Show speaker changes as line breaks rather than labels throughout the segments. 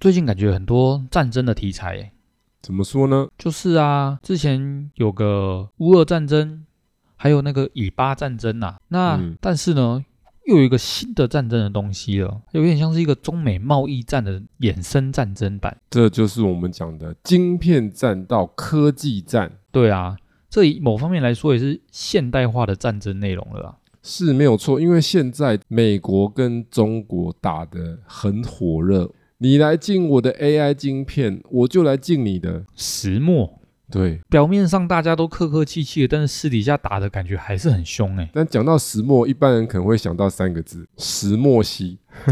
最近感觉很多战争的题材耶，
怎么说呢？
就是啊，之前有个乌俄战争，还有那个以巴战争呐、那、
嗯
但是呢，又有一个新的战争的东西了，有点像是一个中美贸易战的衍生战争版。
这就是我们讲的晶片战到科技战
对啊，这以某方面来说也是现代化的战争内容了啊。
是没有错，因为现在美国跟中国打得很火热，你来进我的 AI 晶片，我就来进你的。
石墨
对，
表面上大家都客客气气的，但是私底下打的感觉还是很凶哎、
但讲到石墨，一般人可能会想到三个字：石墨烯，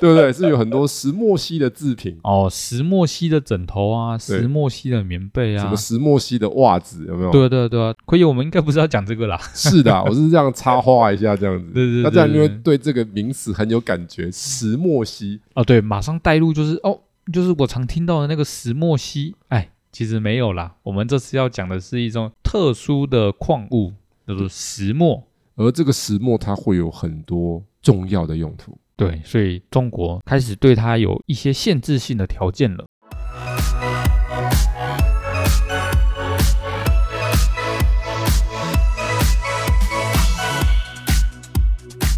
对不对？是有很多石墨烯的制品，
哦，石墨烯的枕头啊，
对
石墨烯的棉被
什
啊
么，石墨烯的袜子，有没有？
对啊对啊对啊，亏有我们应该不是要讲这个 啦。
是的啊，我是这样插画一下这样子。
对对对
那这样你会
对
对这个名词很有感觉，石墨烯。
哦，对，马上带入就是哦，就是我常听到的那个石墨烯。哎，其实没有啦，我们这次要讲的是一种特殊的矿物，叫做石墨。
而这个石墨它会有很多重要的用途。
对，所以中国开始对它有一些限制性的条件了。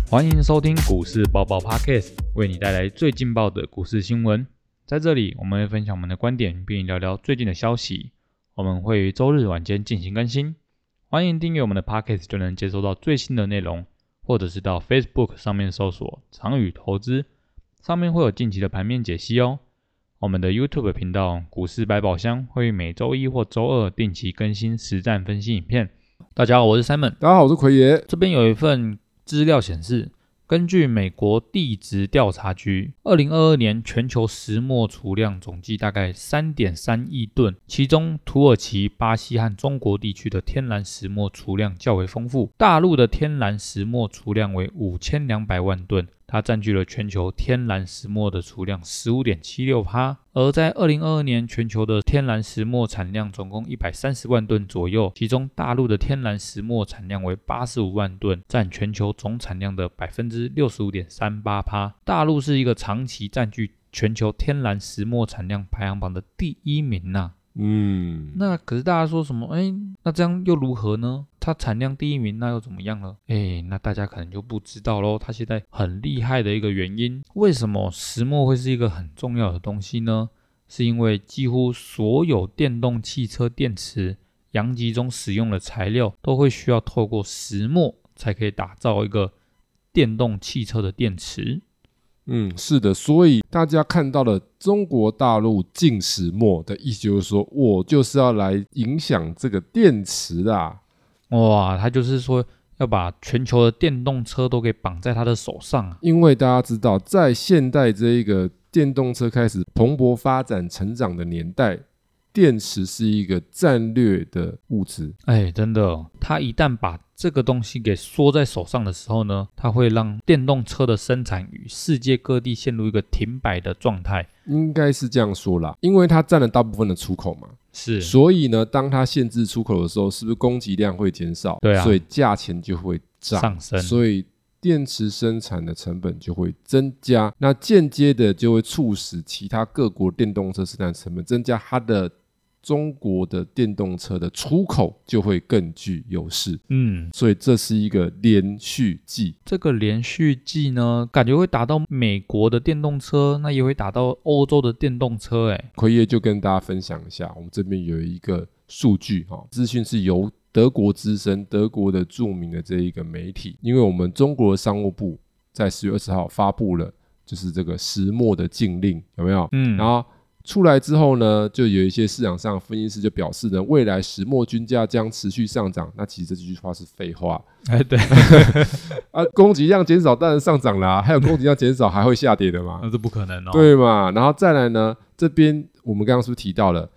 欢迎收听股市爆爆 Podcast，为你带来最劲爆的股市新闻。在这里，我们会分享我们的观点，并聊聊最近的消息。我们会于周日晚间进行更新，欢迎订阅我们的 Podcast，就能接收到最新的内容。或者是到 Facebook 上面搜索“长宇投资”，上面会有近期的盘面解析哦。我们的 YouTube 频道“股市百宝箱”会每周一或周二定期更新实战分析影片。大家好，我是 Simon。
大家好，我是奎爷。
这边有一份资料显示，根据美国地质调查局，二零二二年全球石墨储量总计大概三点三亿吨，其中土耳其、巴西和中国地区的天然石墨储量较为丰富，大陆的天然石墨储量为五千两百万吨。它占据了全球天然石墨的储量十五点七六趴，而在二零二二年，全球的天然石墨产量总共一百三十万吨左右，其中大陆的天然石墨产量为八十五万吨，占全球总产量的百分之六十五点三八趴。大陆是一个长期占据全球天然石墨产量排行榜的第一名呐、
嗯，
那可是大家说什么？哎，那这样又如何呢？它产量第一名，那又怎么样呢？哎，那大家可能就不知道喽。它现在很厉害的一个原因，为什么石墨会是一个很重要的东西呢？是因为几乎所有电动汽车电池阳极中使用的材料都会需要透过石墨才可以打造一个电动汽车的电池。
嗯，是的，所以大家看到了中国大陆禁石墨的意思，就是说我就是要来影响这个电池啦。
哇，它就是说要把全球的电动车都给绑在它的手上啊！
因为大家知道，在现代这一个电动车开始蓬勃发展、成长的年代，电池是一个战略的物质。
哎，真的哦，它一旦把这个东西给缩在手上的时候呢，它会让电动车的生产与世界各地陷入一个停摆的状态。
应该是这样说啦，因为它占了大部分的出口嘛，
是
所以呢，当它限制出口的时候，是不是供给量会减少？
对啊
所以价钱就会涨，
上升，
所以电池生产的成本就会增加，那间接的就会促使其他各国电动车生产成本增加，它的中国的电动车的出口就会更具优势，
嗯，
所以这是一个连续计。
这个连续季呢，感觉会打到美国的电动车，那也会打到欧洲的电动车。哎，
奎爷就跟大家分享一下，我们这边有一个数据哈、哦，资讯是由德国之声、德国的著名的这一个媒体，因为我们中国的商务部在十月二十号发布了，就是这个石墨的禁令，有没有？
嗯，
然后出来之后呢，就有一些市场上分析师就表示呢，未来石墨均价将持续上涨。那其实这句话是废话
哎，对，
啊，供给量减少当然上涨啦，还有供给量减少还会下跌的嘛？
那这不可能哦。，
对嘛？然后再来呢，这边我们刚刚是不是提到了？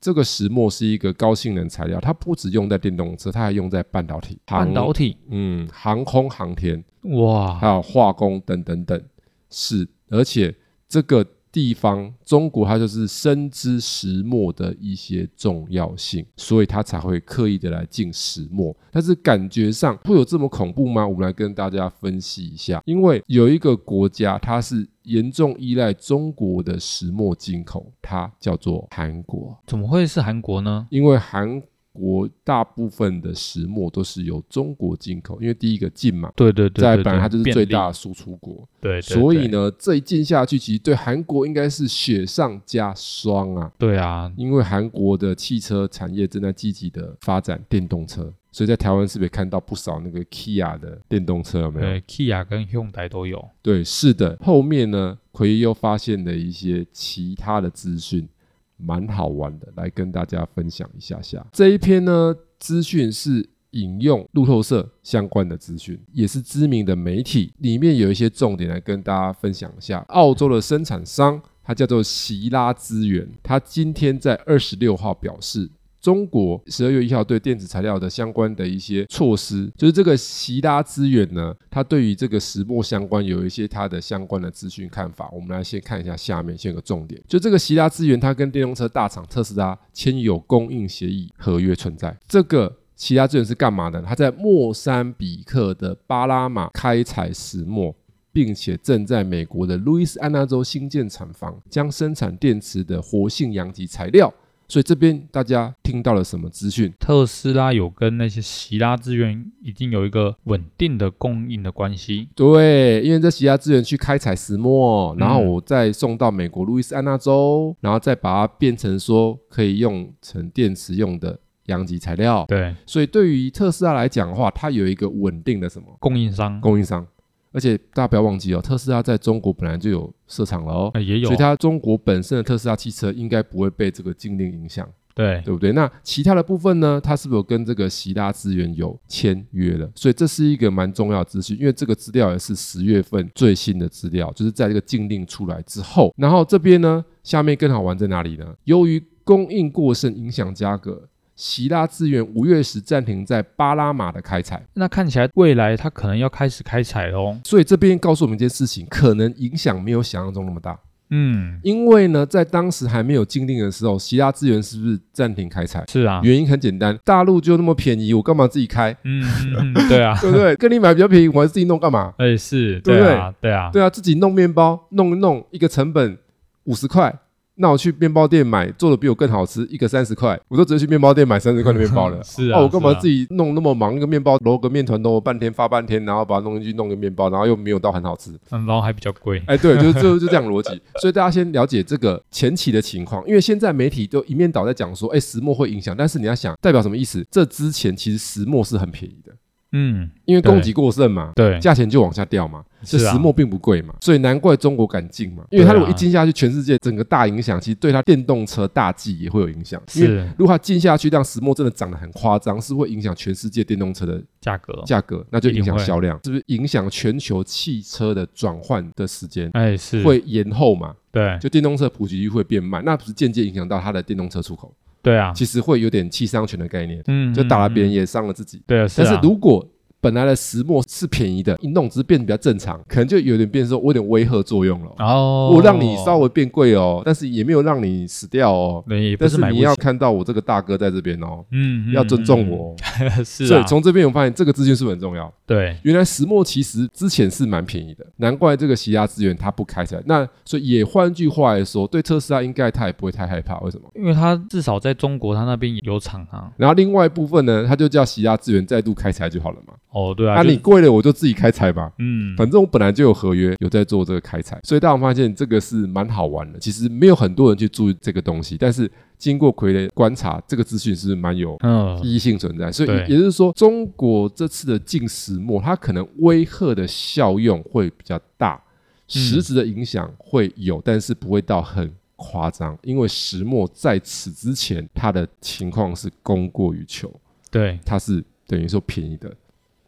这个石墨是一个高性能材料，它不只用在电动车，它还用在半导体、航
半导体，
嗯航空航天，
哇，
还有化工等等等，是，而且这个地方，中国它就是深知石墨的一些重要性，所以它才会刻意的来禁石墨。但是感觉上会有这么恐怖吗？我们来跟大家分析一下，因为有一个国家它是严重依赖中国的石墨进口，它叫做韩国，
怎么会是韩国呢？
因为韩。国大部分的石墨都是由中国进口，因为第一个近嘛，
对对对
在
对
本来它就是
便
最
利
大的输出国，
对，对
所
对
以呢，这一进下去，其实对韩国应该是雪上加霜啊，
对啊，
因为韩国的汽车产业正在积极的发展电动车，所以在台湾是不是也看到不少那个 Kia 的电动车？有没有？
对，Kia 跟 Hyundai 都有，
对，是的。后面呢，奎一又发现了一些其他的资讯，蛮好玩的，来跟大家分享一下下。这一篇呢，资讯是引用路透社相关的资讯，也是知名的媒体，里面有一些重点来跟大家分享一下。澳洲的生产商，它叫做席拉资源，它今天在二十六号表示。中国十二月一号对电子材料的相关的一些措施，就是这个席拉资源呢，它对于这个石墨相关有一些它的相关的资讯看法。我们来先看一下下面，先有个重点，就这个席拉资源，它跟电动车大厂特斯拉签有供应协议合约存在。这个席拉资源是干嘛的？它在莫桑比克的巴拉马开采石墨。并且正在美国的路易斯安那州新建厂房，将生产电池的活性阳极材料。所以这边大家听到了什么资讯？
特斯拉有跟那些希拉资源已经有一个稳定的供应的关系。
对，因为这其他资源去开采石墨，
嗯
然后我再送到美国路易斯安那州，然后再把它变成说可以用成电池用的阳极材料。
对，
所以对于特斯拉来讲的话，它有一个稳定的什么
供应商、
供应商，而且大家不要忘记哦，特斯拉在中国本来就有设厂了哦，
呃也有
所以，它中国本身的特斯拉汽车应该不会被这个禁令影响。
对
对不对？那其他的部分呢？它是不是有跟这个希腊资源有签约了？所以这是一个蛮重要的资讯，因为这个资料也是十月份最新的资料，就是在这个禁令出来之后，然后这边呢，下面更好玩在哪里呢？由于供应过剩影响价格。希腊资源五月时暂停在巴拉马的开采，
那看起来未来它可能要开始开采喽。
所以这边告诉我们一件事情，可能影响没有想象中那么大。
嗯，
因为呢，在当时还没有禁令的时候，希腊资源是不是暂停开采？
是啊，
原因很简单，大陆就那么便宜，我干嘛自己 开？
嗯嗯嗯，对啊，
对不对？跟你买比较便宜，我还自己弄干嘛？
哎是，
对不
对啊，对啊，。
对啊，自己弄面包弄一弄，一个成本五十块，那我去面包店买做的比我更好吃，一个三十块，我都直接去面包店买三十块的面包了
是啊，
哦，我干嘛自
己？
己弄那么忙？一个面包揉个面团揉了半天发半天，然后把它弄进去弄个面包，然后又没有到很好吃。
嗯，然后还比较贵。
哎，对，就是就就这样逻 辑。所以大家先了解这个前期的情况，因为现在媒体都一面倒在讲说，哎，石墨会影响，但是你要想代表什么意思？这之前其实石墨是很便宜的，
嗯，
因为供给过剩嘛，
对，
价钱就往下掉嘛。这
是啊
石墨并不贵嘛，所以难怪中国敢进嘛，因为它
对啊
如果一进下去，全世界整个大影响，其实对它电动车大计也会有影响。因为
是
如果它进下去，让石墨真的涨得很夸张，是会影响全世界电动车的
价格。
价格，那就影
一定
响
会
销量，是不是影响全球汽车的转换的时间？
哎是，
会延后嘛？
对
就电动车普及率会变慢，那不是间接影响到它的电动车出口？
对啊，
其实会有点弃商权的概念，
嗯，
就打了别人
嗯，嗯
也伤了自己。
对啊，是
但是
啊，
如果本来的石墨是便宜的，一弄只是变得比较正常，可能就有点变成说我有点威吓作用了哦。
然后
我让你稍微变贵哦，但是也没有让你死掉哦。
对，也不
但
是
是
买不
你
起
要，看到我这个大哥在这边哦，
嗯，嗯
要尊重，我哦。
嗯嗯 是
所以
啊，
从这边我发现这个资讯是不是很重要。
对，
原来石墨其实之前是蛮便宜的，难怪这个希腊资源它不开采。那所以也换句话来说，对特斯拉应该它也不会太害怕。为什么？
因为它至少在中国，它那边有厂啊。
然后另外一部分呢，它就叫希腊资源再度开采就好了嘛。
哦，对啊，
啊，
就
你贵了我就自己开采吧。
嗯，
反正我本来就有合约，有在做这个开采，所以大家发现这个是蛮好玩的。其实没有很多人去注意这个东西，但是经过傀儡观察，这个资讯是蛮有
嗯，
意义性存在。所以
对
也也就是说，中国这次的禁石墨，它可能威吓的效用会比较大，
嗯
实质的影响会有，但是不会到很。夸张，因为石墨在此之前，它的情况是供过于求，
对，
它是等于说便宜的，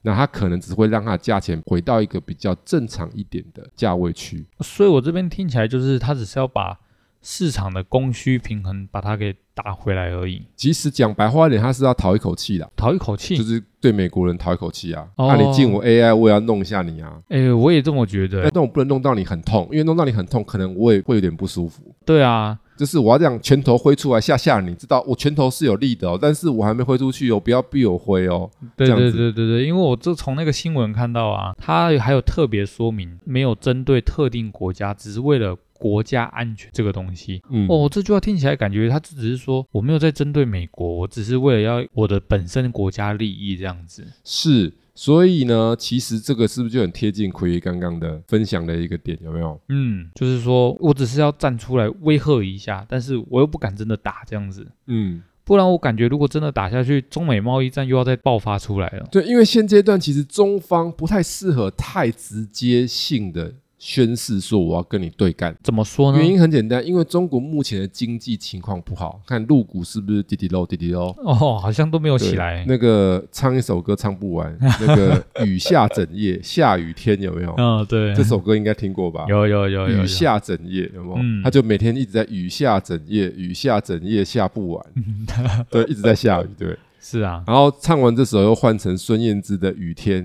那它可能只会让它的价钱回到一个比较正常一点的价位区。
所以我这边听起来就是，它只是要把市场的供需平衡把它给打回来而已，
其实讲白话一点，他是要讨一口气啦，
讨一口气
就。是对美国人讨一口气啊。那、
嗯哦
你进我 AI，我也要弄一下你啊。
哎、我也这么觉得、
但但我不能弄到你很痛，因为弄到你很痛，可能我也会有点不舒服。
对啊，
就是我要这样拳头挥出来吓吓你，知道我拳头是有力的哦，但是我还没挥出去哦，不要逼我挥哦。
对
这样
对
子
对对对，因为我这从那个新闻看到啊，他还有特别说明，没有针对特定国家，只是为了国家安全这个东西。
嗯，
哦，这句话听起来感觉他只是说我没有在针对美国，我只是为了要我的本身国家利益这样子。
是，所以呢，其实这个是不是就很贴近奎爷刚刚的分享的一个点，有没有？
嗯，就是说我只是要站出来威吓一下，但是我又不敢真的打这样子，
嗯，
不然我感觉如果真的打下去，中美贸易战又要再爆发出来了。
对，因为现阶段其实中方不太适合太直接性的宣示说我要跟你对干。
怎么说呢？
原因很简单，因为中国目前的经济情况不好，看入股是不是滴滴漏滴滴漏。
哦，好像都没有
对
起来。
那个唱一首歌唱不完，那个雨下整夜， 下雨天有没有？
嗯，对，
这首歌应该听过吧？
有有有有有
雨下整夜，有没有？
嗯
他就每天一直在雨下整夜，雨下整夜下不完，
嗯
对，一直在下雨，对。
是啊，
然后唱完这首又换成孙燕姿的《雨天》，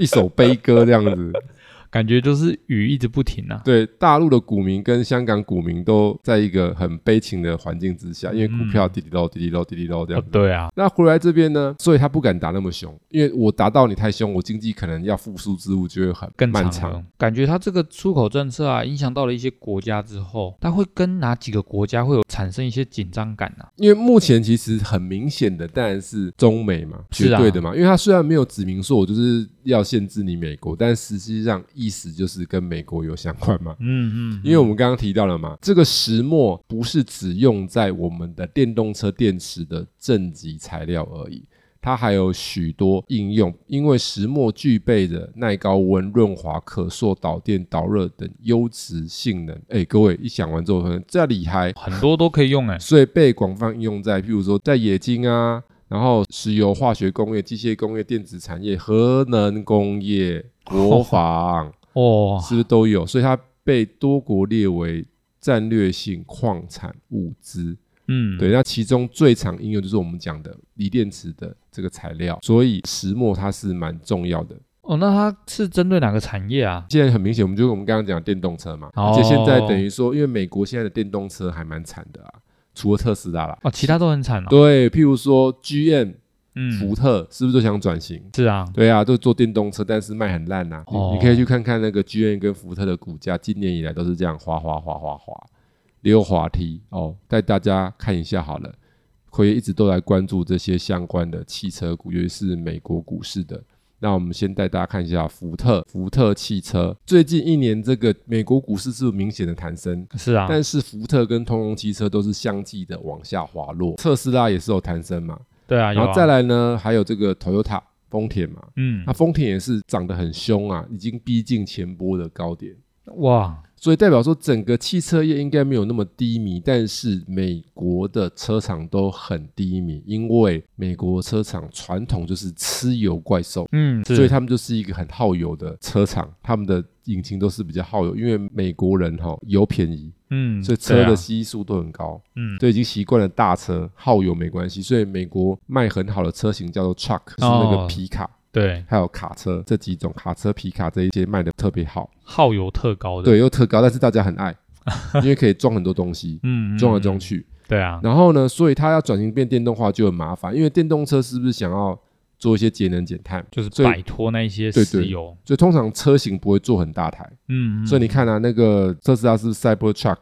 一首悲歌这样子。
感觉就是雨一直不停啊。
对，大陆的股民跟香港股民都在一个很悲情的环境之
嗯
下，因为股票滴滴漏滴滴漏滴滴漏这
哦
样，子。
对啊，
那回来这边呢，所以他不敢打那么凶，因为我打到你太凶，我经济可能要复苏之路就会很
更
漫
长
长。
了。感觉它这个出口政策啊，影响到了一些国家之后，它会跟哪几个国家会有产生一些紧张感啊？
因为目前其实很明显的当然是中美嘛，
是
绝
啊
对的嘛。因为他虽然没有指明说我就是要限制你美国，但实际上意思就是跟美国有相关嘛。
嗯嗯，
因为我们刚刚提到了嘛，这个石墨不是只用在我们的电动车电池的正极材料而已，它还有许多应用。因为石墨具备着耐高温、润滑、可塑、导电、导热等优质性能。哎，各位一想完之后，可能这厉害，
很多都可以用哎、
所以被广泛应用在，譬如说在冶金啊，然后石油化学工业、机械工业、电子产业、核能工业、国防。
哦，
是不是都有？所以它被多国列为战略性矿产物资。
嗯，
对，那其中最常应用就是我们讲的锂电池的这个材料，所以石墨它是蛮重要的。
哦，那它是针对哪个产业啊？
现在很明显，我们就我们刚刚讲的电动车嘛，
哦
而且现在等于说，因为美国现在的电动车还蛮惨的啊，除了特斯拉啦，
哦，其他都很惨哦。
对，譬如说 GM、
嗯，
福特是不是都想转型？
是啊，
对啊，都做电动车，但是卖很烂啊呐、你、
哦
你可以去看看那个 GM 跟福特的股价，今年以来都是这样滑滑滑滑滑，溜滑梯哦。带大家看一下好了，奎爷一直都来关注这些相关的汽车股，尤其是美国股市的。那我们先带大家看一下福特，福特汽车最近一年这个美国股市是有明显的弹升，
是啊，
但是福特跟通用汽车都是相继的往下滑落，特斯拉也是有弹升嘛，
对啊，有
然
啊
后再来啊呢，还有这个 Toyota 丰田嘛，
嗯
那，丰田也是涨得很凶啊，已经逼近前波的高点，
哇，
所以代表说整个汽车业应该没有那么低迷，但是美国的车厂都很低迷，因为美国车厂传统就是吃油怪兽。
嗯，
所以
是
他们就是一个很耗油的车厂，他们的引擎都是比较耗油，因为美国人哈、油便宜，
嗯，
所以车
对
的
啊
吸数都很高，
嗯
所以已经习惯了大车耗油没关系。所以美国卖很好的车型叫做 truck，就是那个
哦
皮卡，
对
还有卡车这几种，卡车、皮卡这一些卖的特别好，
耗油特高的，
对，又特高，但是大家很 爱，因为可以装很多东西，
嗯，嗯，
装来
嗯
装，去。
对啊，
然后呢，所以它要转型变电动化就很麻烦，因为电动车是不是想要做一些节能减碳？
就是
所以
摆脱那一些
对
石
对
油，
所以通常车型不会做很大台，
嗯，嗯
所以你看啊，那个特斯拉是不是 Cybertruck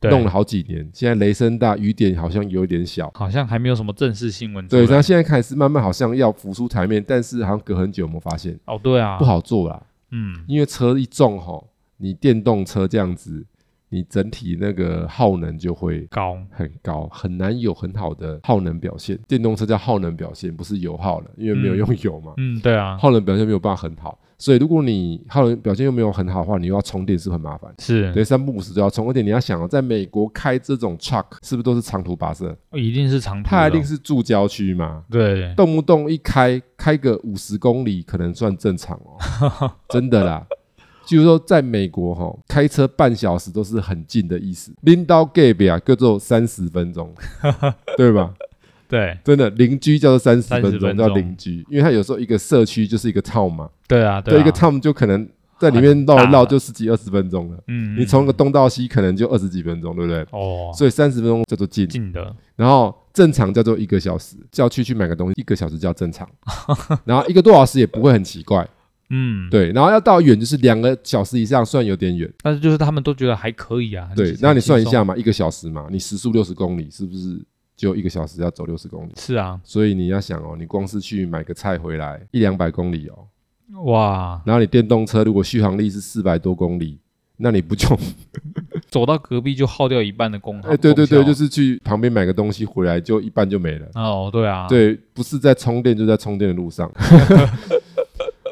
对
弄了好几年，现在雷声大雨点好像有一点小。
好像还没有什么正式新闻出来。
对，它现在开始慢慢好像要浮出台面，但是好像隔很久，有没有发现
哦，对啊，
不，好做啦？
嗯，
因为车一重吼，你电动车这样子，你整体那个耗能就会
高，
很高，很难有很好的耗能表现。电动车叫耗能表现，不是油耗了，因为没有
嗯
用油嘛，
嗯，对啊，
耗能表现没有办法很好。所以如果你耗能表现又没有很好的话，你又要充电是不是很麻烦。
是，
对，三不五时就要充，而且你要想哦，在美国开这种 truck 是不是都是长途跋涉？
一定是长途的哦，
它一定是住郊区嘛，
对，
动不 动一开开个五十公里，可能算正常哦，真的啦。就是说，在美国哈、开车半小时都是很近的意思。拎到 gap 啊，叫做三十分 钟，对吧？
对
真的，邻居叫做三十
30
分钟
分
叫
钟
邻居，因为他有时候一个社区就是一个 town 嘛，
对啊，
对
啊，
一个 town 就可能在里面
很大
绕一绕
了
就十几二十分钟了。
嗯，
你从
嗯
个东到西可能就二十几分钟，对不对？
哦
所以三十分钟叫做近，
近的
然后正常叫做一个小时，叫去去买个东西，一个小时叫正常， 然后一个多小时也不会很奇怪，
嗯，
对。然后要到远就是两个小时以上，虽然有点远，
但是就是他们都觉得还可以啊。
对
很。
那你
很
算一
轻
下嘛，一个小时嘛，你时速六十公里，是不是就一个小时要走六十公里？
松，是啊，
所以你要想哦，你光是去买个菜回来一两百公里哦，
哇，
然后你电动车如果续航力是四百多公里，那你 不就
走到隔壁就耗掉一半的功耗。
哎，对对对，
功效
就是去旁边买个东西回来就一半就没了。
哦，对啊，，
对，不是在充电，就在充电的 路上。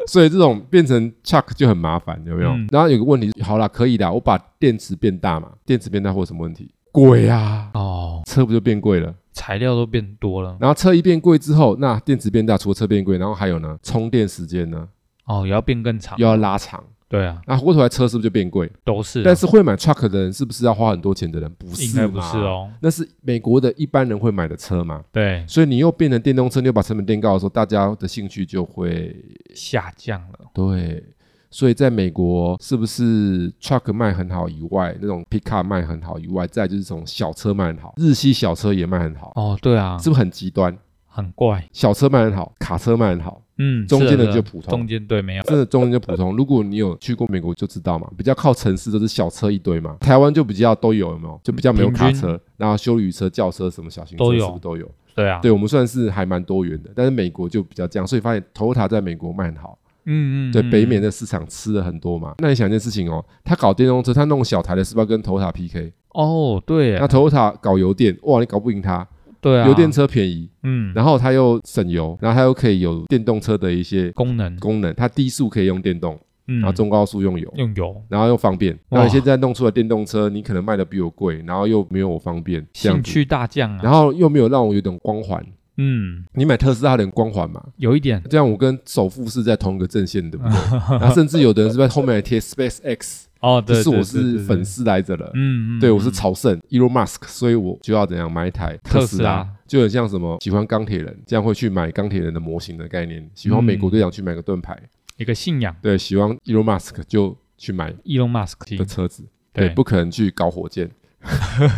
所以这种变成 chuck 就很麻烦，有没有？
嗯
然后有个问题，好啦，可以啦，我把电池变大嘛，电池变大会有什么问题？贵啊，
哦，
车不就变贵了？
材料都变多了，
然后车一变贵之后，那电池变大，除了车变贵，然后还有呢，充电时间呢
哦，也要变更长
又。要拉长。
对啊，
那回头来车是不是就变贵？
都是啊，
但是会买 truck 的人是不是要花很多钱的人？不是，
应该不是。哦。
那是美国的一般人会买的车嘛，
对，
所以你又变成电动车，你又把成本垫高的时候，大家的兴趣就会
下降了。
对，所以在美国是不是 truck 卖很好以外，那种 pickup 卖很好以外，再来就是从小车卖很好，日系小车也卖很好，
哦，对啊，
是不是很极端？
很怪。
小车卖很好，卡车卖很好，
嗯，
中间的
是啊
就普通
中间对没有。
真的中间就普通。如果你有去过美国就知道嘛，比较靠城市都是小车一堆嘛，台湾就比较都有，有没有？就比较没有卡
平
车，然后修旅车、轿车什么小型车
都
是
有
不是都有？
对啊，
对我们算是还蛮多元的，但是美国就比较这样，所以发现 Toyota 在美国卖很好。
嗯嗯，
对
嗯
北美的市场吃了很多嘛。那你想一件事情哦，他搞电动车，他弄小台的，是不是要跟 Toyota PK？
哦，对耶
那 Toyota 搞油电，哇，你搞不赢他，
对啊，
油电车便宜，
嗯，
然后它又省油，然后它又可以有电动车的一些
功能，
功能，它低速可以用电动，
嗯，
然后中高速用油。
用油，
然后又方便，
哇
那你现在弄出来电动车，你可能卖的比我贵，然后又没有我方便，这样
兴
子，
趣大降啊。
然后又没有让我有点光环。
嗯，
你买特斯拉有点光环嘛？
有一点，
这样我跟首富是在同一个阵线， 对不对？然后甚至有的人是在后面还贴 Space X，
哦，对，
就是
对
我是粉，丝来着
对
了
对对。嗯嗯，
对，我是
嗯
朝圣 Elon Musk，所以我就要怎样买一台特
特
斯
斯
拉
拉，
就很像什么喜欢钢铁人，这样会去买钢铁人的模型的概念，喜欢
嗯
美国队长去买个盾牌，
一个信仰
对，喜欢 Elon Musk 就去买
，Elon Musk
的车子，对，
嗯对
不可能去搞火箭。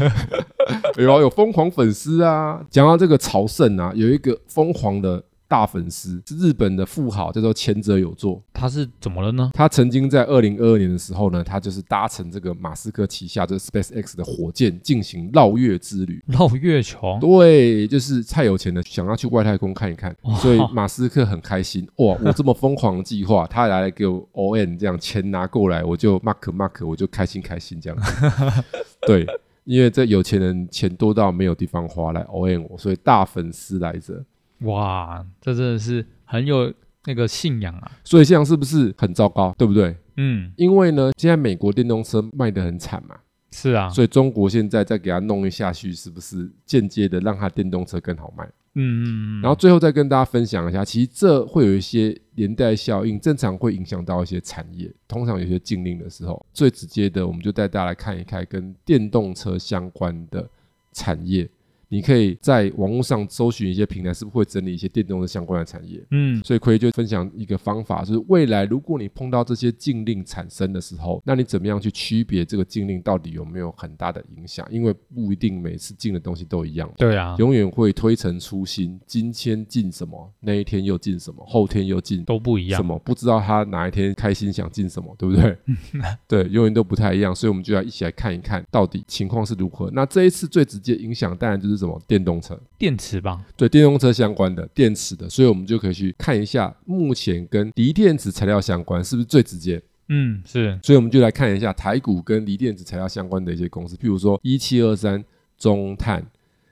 有啊，有疯狂粉丝啊！讲到这个朝圣啊，有一个疯狂的大粉丝是日本的富豪，叫做前者有作。
他是怎么了 呢？
他曾经在二零二二年的时候呢，他就是搭乘这个马斯克旗下这 SpaceX 的火箭进行绕月之旅。
绕月球，
对，就是太有钱了，想要去外太空看一看，所以马斯克很开心。哇，我这么疯狂的计划，他来给我 O N 这样钱拿过来，我就 mark mark，我就开心开心这样子。对，因为这有钱人钱多到没有地方花来 O N 我，所以大粉丝来着。
哇，这真的是很有那个信仰啊。
所以这样是不是很糟糕，对不对？
嗯，
因为呢，现在美国电动车卖得很惨嘛，
是啊，
所以中国现在再给它弄一下去，是不是间接的让它电动车更好卖？
嗯嗯嗯，
然后最后再跟大家分享一下，其实这会有一些连带效应，正常会影响到一些产业。通常有些禁令的时候，最直接的，我们就带大家来看一看跟电动车相关的产业。你可以在网络上搜寻一些平台，是不是会整理一些电动车相关的产业？
嗯
所以奎就分享一个方法，就是未来如果你碰到这些禁令产生的时候，那你怎么样去区别这个禁令到底有没有很大的影响？因为不一定每次禁的东西都一样。
对啊，
永远会推陈出新，今天进什么，那一天又进什么，后天又进
都不一样
什。么，不知道他哪一天开心想进什么，对 不对？对，永远都不太一样，所以我们就要一起来看一看到底情况是如何。那这一次最直接影响当然就是什么电动车，
电池吧，
对电动车相关的电池的，所以我们就可以去看一下目前跟锂电池材料相关是不是最直接。
嗯，是
所以我们就来看一下台股跟锂电子材料相关的一些公司，譬如说一七二三中碳，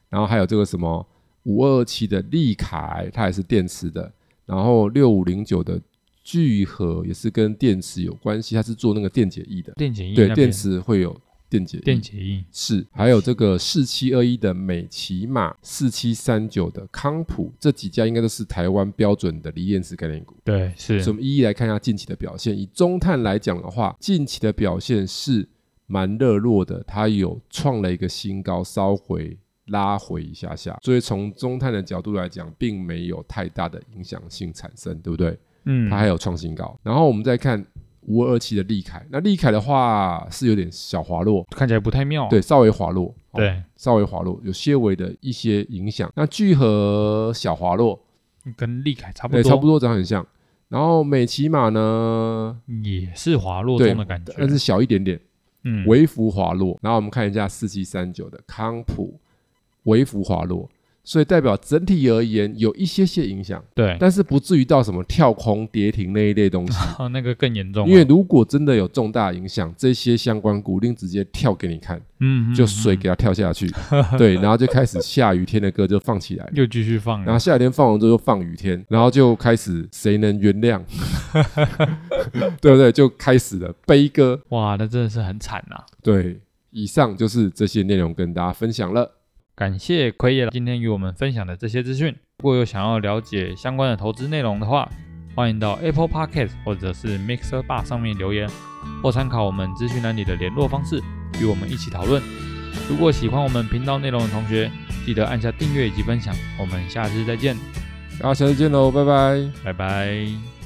然后还有这个什么五二七的利凯，它也是电池的，然后六五零九的聚合也是跟电池有关系，它是做那个电解液的，
电解液那
对，
边
电池会有电解液
电解液，
是，还有这个四七二一的美骑马，四七三九的康普，这几家应该都是台湾标准的锂电池概念股。
对，是
所以我们一一来看一下近期的表现。以中碳来讲的话，近期的表现是蛮热络的，它有创了一个新高，稍回拉回一下下。所以从中碳的角度来讲，并没有太大的影响性产生，对不对？
嗯
它，还有创新高。然后我们再看五二二七的利凯，那利凯的话是有点小滑落，
看起来不太妙。
对，稍微滑落，
哦
哦
对，
稍微滑落，有些微的一些影响。那聚合小滑落，
跟利凯差不
对，
多，
差不多长得很像。然后美骑马呢，
也是滑落
对呃
中的感觉。
但是小一点点，
嗯，
微幅滑落。然后我们看一下四七三九的康普，微幅滑落，所以代表整体而言有一些些影响，
对，
但是不至于到什么跳空跌停那一类东西。
哦，那个更严重了，
因为如果真的有重大影响，这些相关股一定直接跳给你看，
嗯，嗯
就
嗯
水给它跳 下去，对，然后就开始下雨天的歌就放起来，
又继续放了
然后下雨天放完之后就放雨天，然后就开始谁能原谅， 对不对？就开始了悲歌。
哇，那真的是很惨啊呐。
对，以上就是这些内容跟大家分享了。
感谢奎爷今天与我们分享的这些资讯。如果有想要了解相关的投资内容的话，欢迎到 Apple Podcast 或者是 Mixer Bar 上面留言，或参考我们资讯栏里的联络方式，与我们一起讨论。如果喜欢我们频道内容的同学，记得按下订阅以及分享。我们下次再见，
大家下次见喽，拜拜。
拜拜。